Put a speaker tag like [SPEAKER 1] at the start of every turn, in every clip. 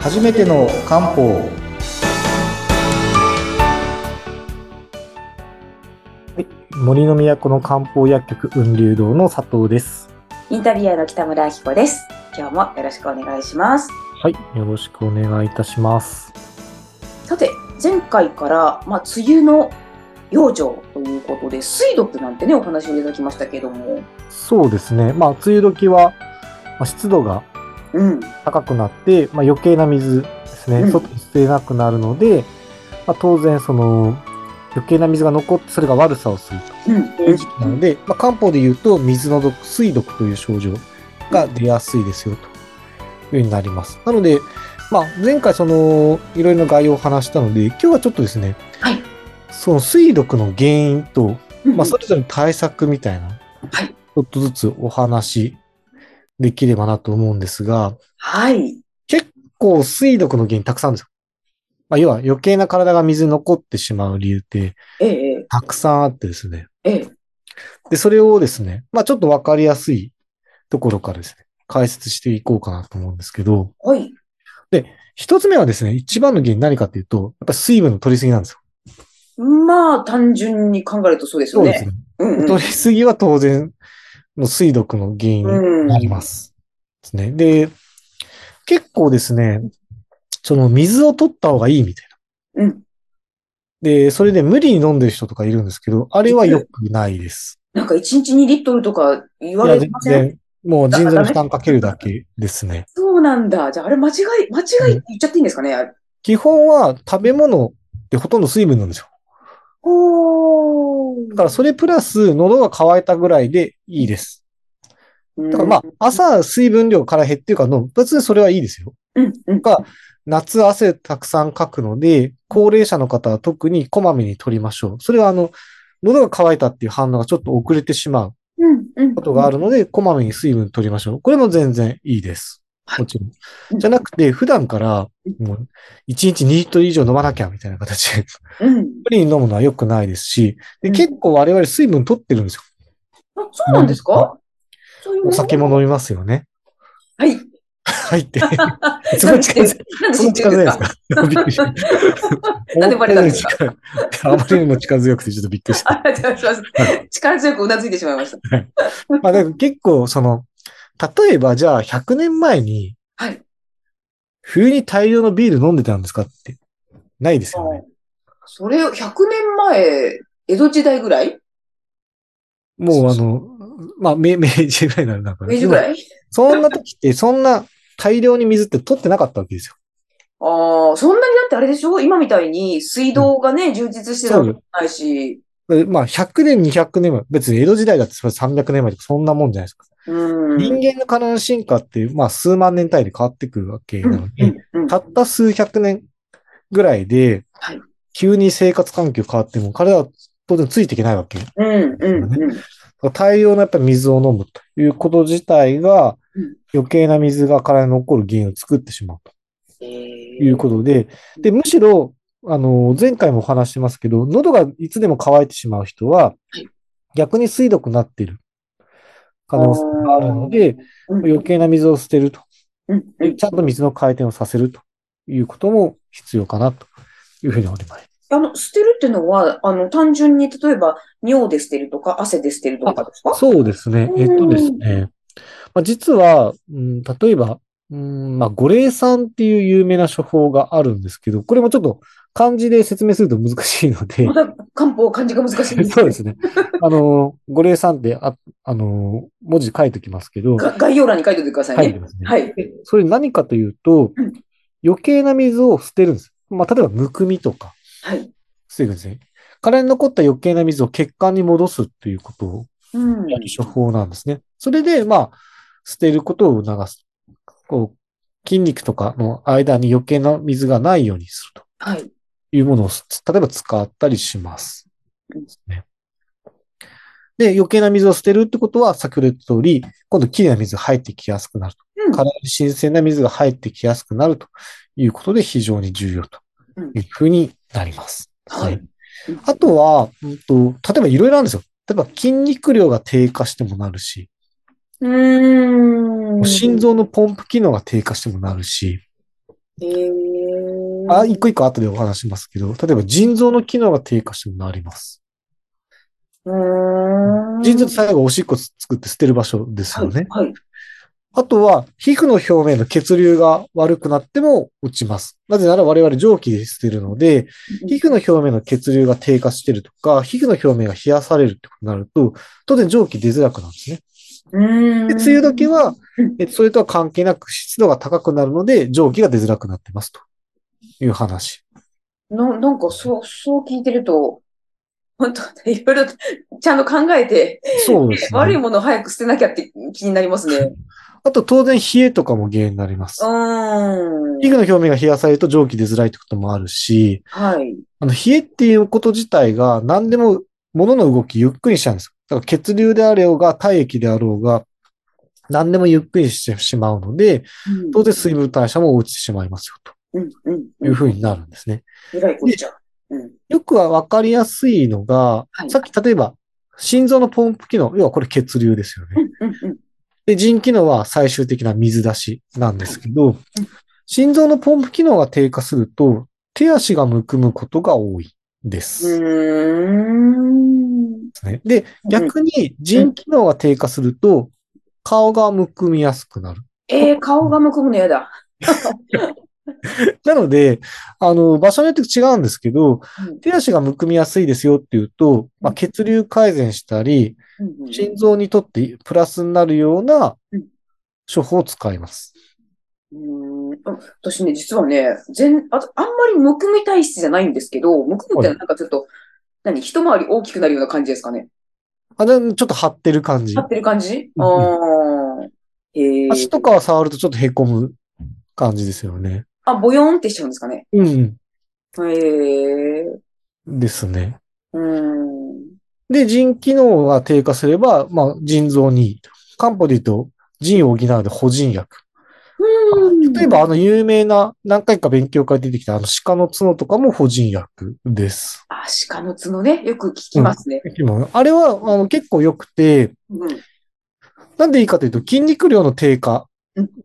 [SPEAKER 1] 初めての漢方
[SPEAKER 2] 森の都の漢方薬局雲龍堂の佐藤です。
[SPEAKER 3] インタビュアーの北村明子です。今日もよろしくお願いします。
[SPEAKER 2] はい、よろしくお願いいたします。
[SPEAKER 3] さて、前回から、まあ、梅雨の養生ということで、水毒なんてね、お話をいただきましたけども。
[SPEAKER 2] そうですね。まあ、梅雨時は、まあ湿度が
[SPEAKER 3] うん。
[SPEAKER 2] 高くなって、まあ、余計な水ですね、
[SPEAKER 3] うん
[SPEAKER 2] 外に捨てなくなるので、まあ、当然、その、余計な水が残って、それが悪さをする
[SPEAKER 3] うん。
[SPEAKER 2] という時期なので、まあ、漢方で言うと、水の毒、水毒という症状が出やすいですよ、というふうになります。なので、まあ、前回、その、いろいろな概要を話したので、今日はちょっとですね、
[SPEAKER 3] はい
[SPEAKER 2] その水毒の原因と、
[SPEAKER 3] うん。
[SPEAKER 2] まあ、それぞれの対策みたいな、
[SPEAKER 3] はい
[SPEAKER 2] ちょっとずつお話できればなと思うんですが、
[SPEAKER 3] はい。
[SPEAKER 2] 結構水毒の原因たくさんあるんですよ。まあ、要は余計な体が水に残ってしまう理由って
[SPEAKER 3] ええ、
[SPEAKER 2] たくさんあってですね。
[SPEAKER 3] ええ。
[SPEAKER 2] で、それをですね、まあちょっとわかりやすいところからですね、解説していこうかなと思うんですけど、
[SPEAKER 3] はい。
[SPEAKER 2] 一つ目はですね、一番の原因何かっていうと、やっぱ水分の取りすぎなんですよ。
[SPEAKER 3] まあ、単純に考えるとそうですよね。
[SPEAKER 2] ね。
[SPEAKER 3] うんうん、
[SPEAKER 2] 取りすぎは当然の水毒の原因
[SPEAKER 3] うん。
[SPEAKER 2] なります。ですね。で、結構ですね、その水を取った方がいいみたいな。
[SPEAKER 3] うん。
[SPEAKER 2] で、それで無理に飲んでる人とかいるんですけど、あれは良くないです。
[SPEAKER 3] なんか1日2リットルとか言
[SPEAKER 2] い
[SPEAKER 3] わ
[SPEAKER 2] や、
[SPEAKER 3] れて
[SPEAKER 2] 全
[SPEAKER 3] ません
[SPEAKER 2] 然、もう腎臓に負担かけるだけですね。
[SPEAKER 3] そうなんだ。じゃあ、あれ間違い、間違いって言っちゃっていいんですかね。あれ
[SPEAKER 2] 基本は食べ物ってほとんど水分なんですよ。
[SPEAKER 3] ほー。
[SPEAKER 2] だからそれプラス喉が渇いたぐらいでいいです。だからまあ、朝水分量から減ってるから飲む。別にそれはいいですよ。
[SPEAKER 3] うん、うん。
[SPEAKER 2] が、夏汗たくさんかくので、高齢者の方は特にこまめに取りましょう。それはあの、喉が渇いたっていう反応がちょっと遅れてしまう
[SPEAKER 3] うん、うん。
[SPEAKER 2] ことがあるので、こまめに水分取りましょう。これも全然いいです。
[SPEAKER 3] はい
[SPEAKER 2] もちろん。じゃなくて、普段から、もう、1日2リットル以上飲まなきゃ、みたいな形で、
[SPEAKER 3] うん。
[SPEAKER 2] 無理に飲むのは良くないですし、で
[SPEAKER 3] うん
[SPEAKER 2] 結構我々水分取ってるんですよ。
[SPEAKER 3] あ、そうなんですかそういう
[SPEAKER 2] お酒
[SPEAKER 3] も。
[SPEAKER 2] も飲みますよね。
[SPEAKER 3] はい。
[SPEAKER 2] はい って。そ
[SPEAKER 3] な
[SPEAKER 2] の
[SPEAKER 3] んで知
[SPEAKER 2] 近
[SPEAKER 3] って
[SPEAKER 2] い
[SPEAKER 3] るん
[SPEAKER 2] で
[SPEAKER 3] ですす。なん
[SPEAKER 2] そ
[SPEAKER 3] で
[SPEAKER 2] の近づ
[SPEAKER 3] 知ってるんで
[SPEAKER 2] ですすか びっくりした。
[SPEAKER 3] なんでバレたんです
[SPEAKER 2] か あまりにも近づくてちょっとびっくり した。
[SPEAKER 3] かあじゃあすいません
[SPEAKER 2] は
[SPEAKER 3] 力強くうなずいてしまいました。
[SPEAKER 2] まあ、だから結構、その、例えばじゃあ100年前に、
[SPEAKER 3] はい
[SPEAKER 2] 冬に大量のビール飲んでたんですかって、ないですよね。
[SPEAKER 3] それを100年前、江戸時代ぐらい
[SPEAKER 2] もうあの、まあ、明明治ぐらいになるなんかね
[SPEAKER 3] 明治ぐらい
[SPEAKER 2] そんな時って、そんな大量に水って取ってなかったわけですよ。
[SPEAKER 3] ああ、そんなにだってあれでしょ今みたいに水道がね、充実してるわけじゃないし。
[SPEAKER 2] でまあ、100年、200年前、別に江戸時代だってそれ300年前とかそんなもんじゃないですか。
[SPEAKER 3] うん。
[SPEAKER 2] 人間の体の進化って、まあ、数万年単位で変わってくるわけなので、
[SPEAKER 3] うん
[SPEAKER 2] たった数百年ぐらいで
[SPEAKER 3] はい、
[SPEAKER 2] 急に生活環境変わっても、体は当然ついていけないわけ。だか
[SPEAKER 3] うん、うん、うん。
[SPEAKER 2] ら大量のやっぱり水を飲むということ自体が
[SPEAKER 3] うん、
[SPEAKER 2] 余計な水が体に残る原因を作ってしまうと
[SPEAKER 3] えー
[SPEAKER 2] いうことで、で、むしろ、あの、前回もお話ししてますけど、喉がいつでも渇いてしまう人は
[SPEAKER 3] はい、
[SPEAKER 2] 逆に水毒になっている可能性があるので、
[SPEAKER 3] うん
[SPEAKER 2] 余計な水を捨てると。
[SPEAKER 3] うん、うん。い
[SPEAKER 2] ちゃんと水の回転をさせるということも必要かなというふうに思います。
[SPEAKER 3] やあの、捨てるってのは、あの、単純に、例えば、尿で捨てるとか、汗で捨てるとかですか
[SPEAKER 2] そうですね。
[SPEAKER 3] うん
[SPEAKER 2] えっとですね。まあ、実は、うん、例えば、うんまあ、五苓散っていう有名な処方があるんですけど、これもちょっと漢字で説明すると難しいの で
[SPEAKER 3] ま、た漢方漢字が難しいん です
[SPEAKER 2] そうですね。あの、五苓散ってあ、あの、文字書いておきますけど、
[SPEAKER 3] が概要欄に書いておいてください
[SPEAKER 2] 書いて
[SPEAKER 3] ね。
[SPEAKER 2] ますね。
[SPEAKER 3] はい。
[SPEAKER 2] それ何かというと
[SPEAKER 3] うん、
[SPEAKER 2] 余計な水を捨てるんです。まあ、例えば、むくみとか、
[SPEAKER 3] はい。
[SPEAKER 2] 防ぐんですね。体に残った余計な水を血管に戻すということを
[SPEAKER 3] うん。
[SPEAKER 2] やる処方なんですね。それで、まあ、捨てることを促す。こう、筋肉とかの間に余計な水がないようにすると
[SPEAKER 3] はい。
[SPEAKER 2] いうものを、例えば使ったりします
[SPEAKER 3] うん。
[SPEAKER 2] ねで、余計な水を捨てるってことは、先ほど言った通り、今度きれいな水が入ってきやすくなると。
[SPEAKER 3] うん
[SPEAKER 2] 体に新鮮な水が入ってきやすくなるということで非常に重要と
[SPEAKER 3] うん
[SPEAKER 2] いうふうになります。
[SPEAKER 3] はい
[SPEAKER 2] ねあとは、うんと、例えばいろいろあるんですよ。例えば筋肉量が低下してもなるし、
[SPEAKER 3] うーん。
[SPEAKER 2] 心臓のポンプ機能が低下してもなるし、
[SPEAKER 3] へー
[SPEAKER 2] あ、一個一個後でお話しますけど、例えば腎臓の機能が低下してもなります。
[SPEAKER 3] うーん
[SPEAKER 2] 腎臓って最後おしっこ作って捨てる場所ですよね。
[SPEAKER 3] はい。はい
[SPEAKER 2] あとは、皮膚の表面の血流が悪くなっても落ちます。なぜなら我々蒸気で捨てるので、皮膚の表面の血流が低下してるとか、皮膚の表面が冷やされるってことになると、当然蒸気出づらくなるんですね。
[SPEAKER 3] うーん
[SPEAKER 2] で、梅雨時は
[SPEAKER 3] うん、
[SPEAKER 2] えそれとは関係なく湿度が高くなるので、蒸気が出づらくなってますという話。
[SPEAKER 3] な、なんかそう、そう聞いてると、本当いろいろちゃんと考えて、
[SPEAKER 2] そうです
[SPEAKER 3] 悪い
[SPEAKER 2] ね。
[SPEAKER 3] ものを早く捨てなきゃって気になりますね。
[SPEAKER 2] あと当然冷えとかも原因になりま
[SPEAKER 3] う
[SPEAKER 2] す。
[SPEAKER 3] ーん
[SPEAKER 2] 皮。膚の表面が冷やされると蒸気出づらいってこともあるし、
[SPEAKER 3] はい。
[SPEAKER 2] あの冷えっていうこと自体が何でも物の動きゆっくりしちゃうんですよ。だから血流であれようが体液であろうが何でもゆっくりしてしまうので、
[SPEAKER 3] うん
[SPEAKER 2] 当然水分代謝も落ちてしまいますよ
[SPEAKER 3] うん、うん、
[SPEAKER 2] というふうになるんですね。
[SPEAKER 3] うん。えらいこっちゃ。うん。
[SPEAKER 2] よくは分かりやすいのが、
[SPEAKER 3] はい
[SPEAKER 2] さっき例えば、心臓のポンプ機能、要はこれ血流ですよ
[SPEAKER 3] う
[SPEAKER 2] ね。
[SPEAKER 3] ん、うん、うん。
[SPEAKER 2] で、腎機能は最終的な水出しなんですけど、心臓のポンプ機能が低下すると、手足がむくむことが多いです。
[SPEAKER 3] うーん。
[SPEAKER 2] ねで、逆に腎機能が低下すると、顔がむくみやすくなる。
[SPEAKER 3] えー、顔がむくむのやだ。
[SPEAKER 2] なので、あの、場所によって違うんですけど、
[SPEAKER 3] うん
[SPEAKER 2] 手足がむくみやすいですよっていうと、まあ、血流改善したり、
[SPEAKER 3] うんうん
[SPEAKER 2] 心臓にとってプラスになるような
[SPEAKER 3] うん
[SPEAKER 2] 処方を使います。
[SPEAKER 3] うーん私ね、実はね、全、あと、あんまりむくみ体質じゃないんですけど、むくむってのはなんかちょっと、何、一回り大きくなるような感じですかね。
[SPEAKER 2] あでもちょっと張ってる感じ
[SPEAKER 3] 張。ってる感じ
[SPEAKER 2] うん
[SPEAKER 3] ああ。へえ。
[SPEAKER 2] 足とかは触るとちょっとへこむ感じですよね。
[SPEAKER 3] あ、ボヨーンってしちゃうんですかね。
[SPEAKER 2] うん。
[SPEAKER 3] へえ。
[SPEAKER 2] ですね。
[SPEAKER 3] うん。
[SPEAKER 2] で、腎機能が低下すれば、まあ、腎臓にいいと。漢方で言うと、腎を補うので補腎薬。
[SPEAKER 3] うん
[SPEAKER 2] 例えば、あの、有名な、何回か勉強会で出てきた、あの、鹿の角とかも補腎薬です。
[SPEAKER 3] あ、鹿の角ね、よく聞きますね。
[SPEAKER 2] 今あれは、あの、結構良くて、
[SPEAKER 3] うん。
[SPEAKER 2] なんでいいかというと、筋肉量の低下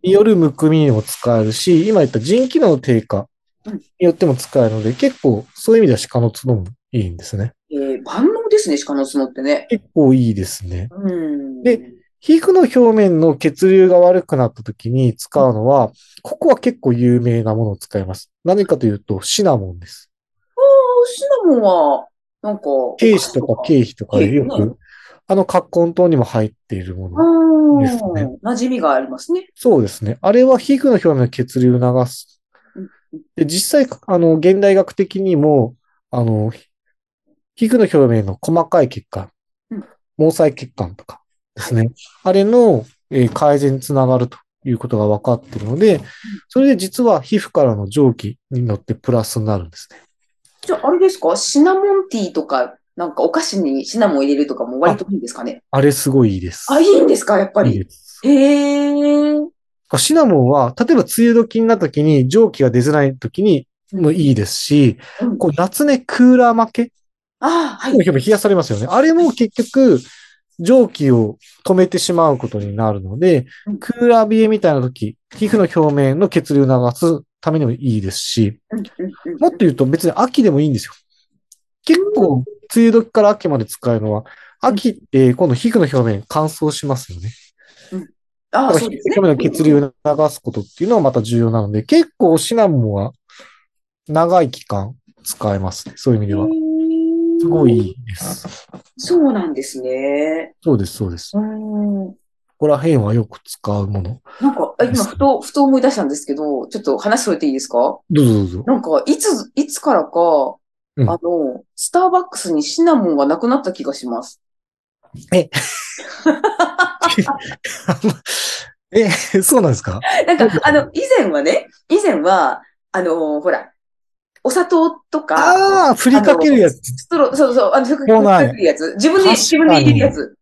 [SPEAKER 2] によるむくみにも使えるし、今言った腎機能の低下によっても使えるので、結構そういう意味では鹿の角もいいんですね。
[SPEAKER 3] えー、万能ですね、鹿の角ってね。
[SPEAKER 2] 結構いいですね。
[SPEAKER 3] うん。
[SPEAKER 2] で、皮膚の表面の血流が悪くなった時に使うのは、ここは結構有名なものを使います。何かというと、シナモンです。
[SPEAKER 3] ああ、シナモンは、なんか、
[SPEAKER 2] 経皮とか経皮とかでよ
[SPEAKER 3] 経皮ね
[SPEAKER 2] く、あの、葛根糖にも入っているも
[SPEAKER 3] あ
[SPEAKER 2] の。
[SPEAKER 3] あ、
[SPEAKER 2] ですね
[SPEAKER 3] 馴染みがありますね。
[SPEAKER 2] そうですね。あれは皮膚の表面の血流を流すで、実際、あの、現代学的にも、あの、ひ皮膚の表面の細かい血管
[SPEAKER 3] うん、
[SPEAKER 2] 毛細血管とかですね。あれの、えー改善につながるということが分かっているので、それで実は皮膚からの蒸気に乗ってプラスになるんですね。
[SPEAKER 3] じゃあ、あれですかシナモンティーとか、なんかお菓子にシナモン入れるとかも割といいんですかね
[SPEAKER 2] あれすごいいいです。
[SPEAKER 3] あ、いいんですかやっぱ
[SPEAKER 2] いい
[SPEAKER 3] り。
[SPEAKER 2] です
[SPEAKER 3] へえ。
[SPEAKER 2] シナモンは、例えば梅雨時になった時に蒸気が出づらい時にもいいですし
[SPEAKER 3] うん、
[SPEAKER 2] こう夏ね、クーラー負け
[SPEAKER 3] ああ、はい。
[SPEAKER 2] 表面冷やされますよね。あれも結局、蒸気を止めてしまうことになるので
[SPEAKER 3] うん、
[SPEAKER 2] クーラー冷えみたいな時、皮膚の表面の血流を流すためにもいいですし、
[SPEAKER 3] うんうんうん
[SPEAKER 2] もっと言うと別に秋でもいいんですよ。結構、梅雨時から秋まで使うのは、秋って今度皮膚の表面乾燥しますよね。
[SPEAKER 3] あ
[SPEAKER 2] だか
[SPEAKER 3] あ、
[SPEAKER 2] ら
[SPEAKER 3] そ
[SPEAKER 2] 皮
[SPEAKER 3] う
[SPEAKER 2] 膚
[SPEAKER 3] ですね。
[SPEAKER 2] の表面の血流を流すことっていうのはまた重要なので、結構シナモンは長い期間使えますね。そういう意味では
[SPEAKER 3] へ。ー
[SPEAKER 2] すごい。いいです。
[SPEAKER 3] そうなんですね。
[SPEAKER 2] そうです、そうです。
[SPEAKER 3] うん。
[SPEAKER 2] ここら辺はよく使うもの。
[SPEAKER 3] なんか、あ今、ふと、ふと思い出したんですけど、ちょっと話それていいですか
[SPEAKER 2] どうぞどうぞ。
[SPEAKER 3] なんか、いつ、いつからか、
[SPEAKER 2] うん
[SPEAKER 3] あの、スターバックスにシナモンがなくなった気がします。
[SPEAKER 2] え、そうなんですか
[SPEAKER 3] なんか、あの、以前はね、以前は、あのーほら、お砂糖とか、
[SPEAKER 2] ああー、振りかけるやつ。
[SPEAKER 3] ストロー、そうそう、あの、ふ
[SPEAKER 2] もうない
[SPEAKER 3] ふるやつ。自分
[SPEAKER 2] 確
[SPEAKER 3] で、
[SPEAKER 2] か
[SPEAKER 3] 自
[SPEAKER 2] に
[SPEAKER 3] 分で入れるやつ。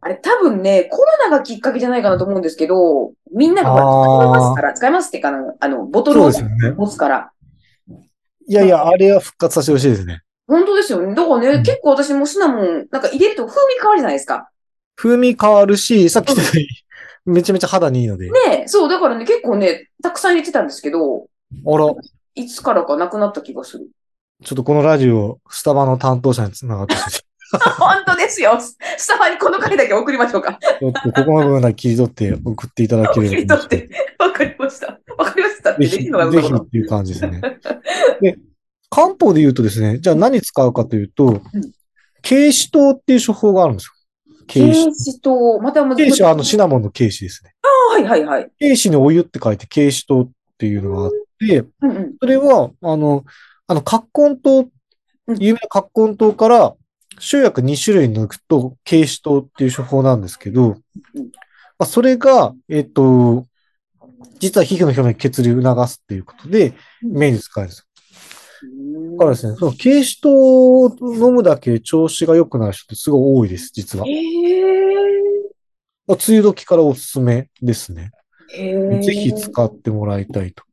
[SPEAKER 3] あれ、多分ね、コロナがきっかけじゃないかなと思うんですけど、みんながほら使いますから、使いますっていうかな、あの、ボトル
[SPEAKER 2] そう
[SPEAKER 3] を
[SPEAKER 2] ですよね。
[SPEAKER 3] 持つから。
[SPEAKER 2] いやいや、あれは復活させてほしいですね。
[SPEAKER 3] 本当ですよね。だからね、
[SPEAKER 2] うん
[SPEAKER 3] 結構私もシナモン、なんか入れると風味変わるじゃないですか。
[SPEAKER 2] 風味変わるし、さっき 言ったように、めちゃめちゃ肌にいいので。
[SPEAKER 3] ねそう、だからね、結構ね、たくさん入れてたんですけど、
[SPEAKER 2] あら、
[SPEAKER 3] いつからかなくなった気がする。
[SPEAKER 2] ちょっとこのラジオ、スタバの担当者につながってて、ち
[SPEAKER 3] 本当ですよ。ススタバにこの回だけ送りましょうか。
[SPEAKER 2] ょっとここの部分だけ切り取って送っていただけ
[SPEAKER 3] 送
[SPEAKER 2] れば。
[SPEAKER 3] り取って。わかりました。わかりましたって
[SPEAKER 2] ぜ
[SPEAKER 3] で
[SPEAKER 2] ひ、
[SPEAKER 3] き
[SPEAKER 2] ぜ
[SPEAKER 3] るのがうまいこ
[SPEAKER 2] ひ
[SPEAKER 3] と
[SPEAKER 2] っていう感じですね。で、漢方で言うとですね、じゃあ何使うかというと
[SPEAKER 3] うん、
[SPEAKER 2] 軽視糖っていう処方があるんですよ。軽
[SPEAKER 3] 警
[SPEAKER 2] 視。
[SPEAKER 3] 視と、また難
[SPEAKER 2] 軽視はあの
[SPEAKER 3] し
[SPEAKER 2] シナモンの軽視ですね。
[SPEAKER 3] はいはいはい。
[SPEAKER 2] 軽視にお湯って書いて軽視糖っていうのがあって、
[SPEAKER 3] うんうん。
[SPEAKER 2] それは、あの、あの、カッコン糖
[SPEAKER 3] うん、
[SPEAKER 2] 有名なカッコン糖から、生薬2種類抜くと、軽視糖っていう処方なんですけど、ま
[SPEAKER 3] うん
[SPEAKER 2] あ、それが、えっと、実は皮膚の表面に血流を促すっていうことで、
[SPEAKER 3] うん
[SPEAKER 2] メインに使えるんですよ。
[SPEAKER 3] うん
[SPEAKER 2] だからですね、その軽視糖を飲むだけで調子が良くなる人ってすごい多いです、実は。
[SPEAKER 3] へえ
[SPEAKER 2] まあ梅雨時からおすすめですね。
[SPEAKER 3] へー
[SPEAKER 2] ぜひ使ってもらいたいと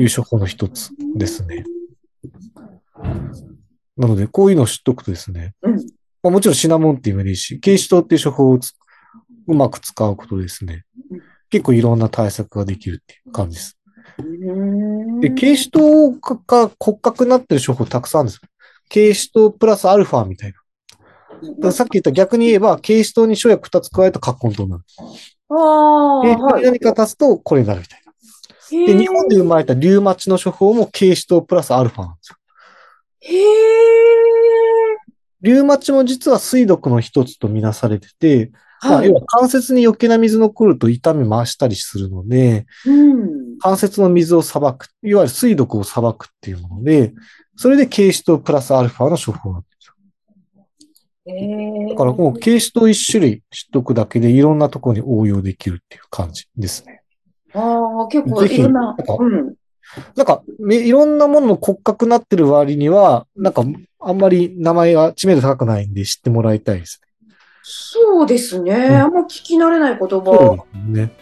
[SPEAKER 2] いう処方の一つですね。なので、こういうのを知っとくとですね、
[SPEAKER 3] うん。
[SPEAKER 2] まあ、もちろんシナモンティーもいいし、警視糖っていう処方をつうまく使うことですね
[SPEAKER 3] うん。
[SPEAKER 2] 結構いろんな対策ができるっていう感じです。
[SPEAKER 3] うん
[SPEAKER 2] で、警視糖が骨格になってる処方たくさんあるんですよ。警視糖プラスアルファみたいな。だからさっき言った逆に言えば、警視糖に生薬2つ加えるとカッコン糖になる。
[SPEAKER 3] ああ、
[SPEAKER 2] で、こ
[SPEAKER 3] は
[SPEAKER 2] れ
[SPEAKER 3] い。
[SPEAKER 2] 何か足すとこれになるみたいな。
[SPEAKER 3] へ
[SPEAKER 2] で、
[SPEAKER 3] ー
[SPEAKER 2] 日本で生まれたリュウマチの処方も警視糖プラスアルファなんですよ。
[SPEAKER 3] へえ。
[SPEAKER 2] リュウマチも実は水毒の一つとみなされてて、まあ、
[SPEAKER 3] はい
[SPEAKER 2] 要。は関節に余計な水残ると痛み増したりするので、
[SPEAKER 3] うん。
[SPEAKER 2] 関節の水を裁く、いわゆる水毒を裁くっていうもので、それで警視糖プラスアルファの処方なんですよ。
[SPEAKER 3] へえ。
[SPEAKER 2] だからもう警視糖一種類知っとくだけでいろんなところに応用できるっていう感じですね。
[SPEAKER 3] ああ、結構
[SPEAKER 2] ぜひ
[SPEAKER 3] いろんな
[SPEAKER 2] なんか。
[SPEAKER 3] うん。
[SPEAKER 2] なんか、めいろんなものの骨格になってる割には、なんか、あんまり名前が知名度高くないんで知ってもらいたいですね。
[SPEAKER 3] そうですね。
[SPEAKER 2] ん
[SPEAKER 3] あんま聞き慣れない言
[SPEAKER 2] そう
[SPEAKER 3] 葉
[SPEAKER 2] ですね。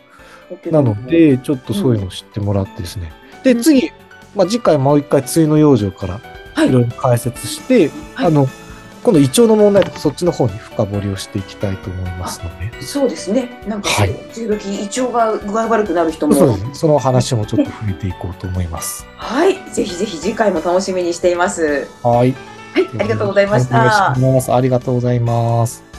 [SPEAKER 3] だけど
[SPEAKER 2] なの。で、ちょっとそういうのを知ってもらってですね。で、次、まあ、次回もう一回、梅雨の養生から、
[SPEAKER 3] はい
[SPEAKER 2] いろいろ解説して、
[SPEAKER 3] はい
[SPEAKER 2] あの、今度、胃腸の問題とか、そっちの方に深掘りをしていきたいと思いますので、
[SPEAKER 3] そうですね。なんか
[SPEAKER 2] はい、
[SPEAKER 3] 時々胃腸が具合悪くなる人
[SPEAKER 2] そうで
[SPEAKER 3] も。
[SPEAKER 2] すね。その話もちょっと触れていこうと思います。
[SPEAKER 3] はい。ぜひぜひ次回も楽しみにしています。
[SPEAKER 2] はい。
[SPEAKER 3] はい。ありがとうございまし
[SPEAKER 2] よろくお
[SPEAKER 3] た
[SPEAKER 2] 願い。しますありがとうございます。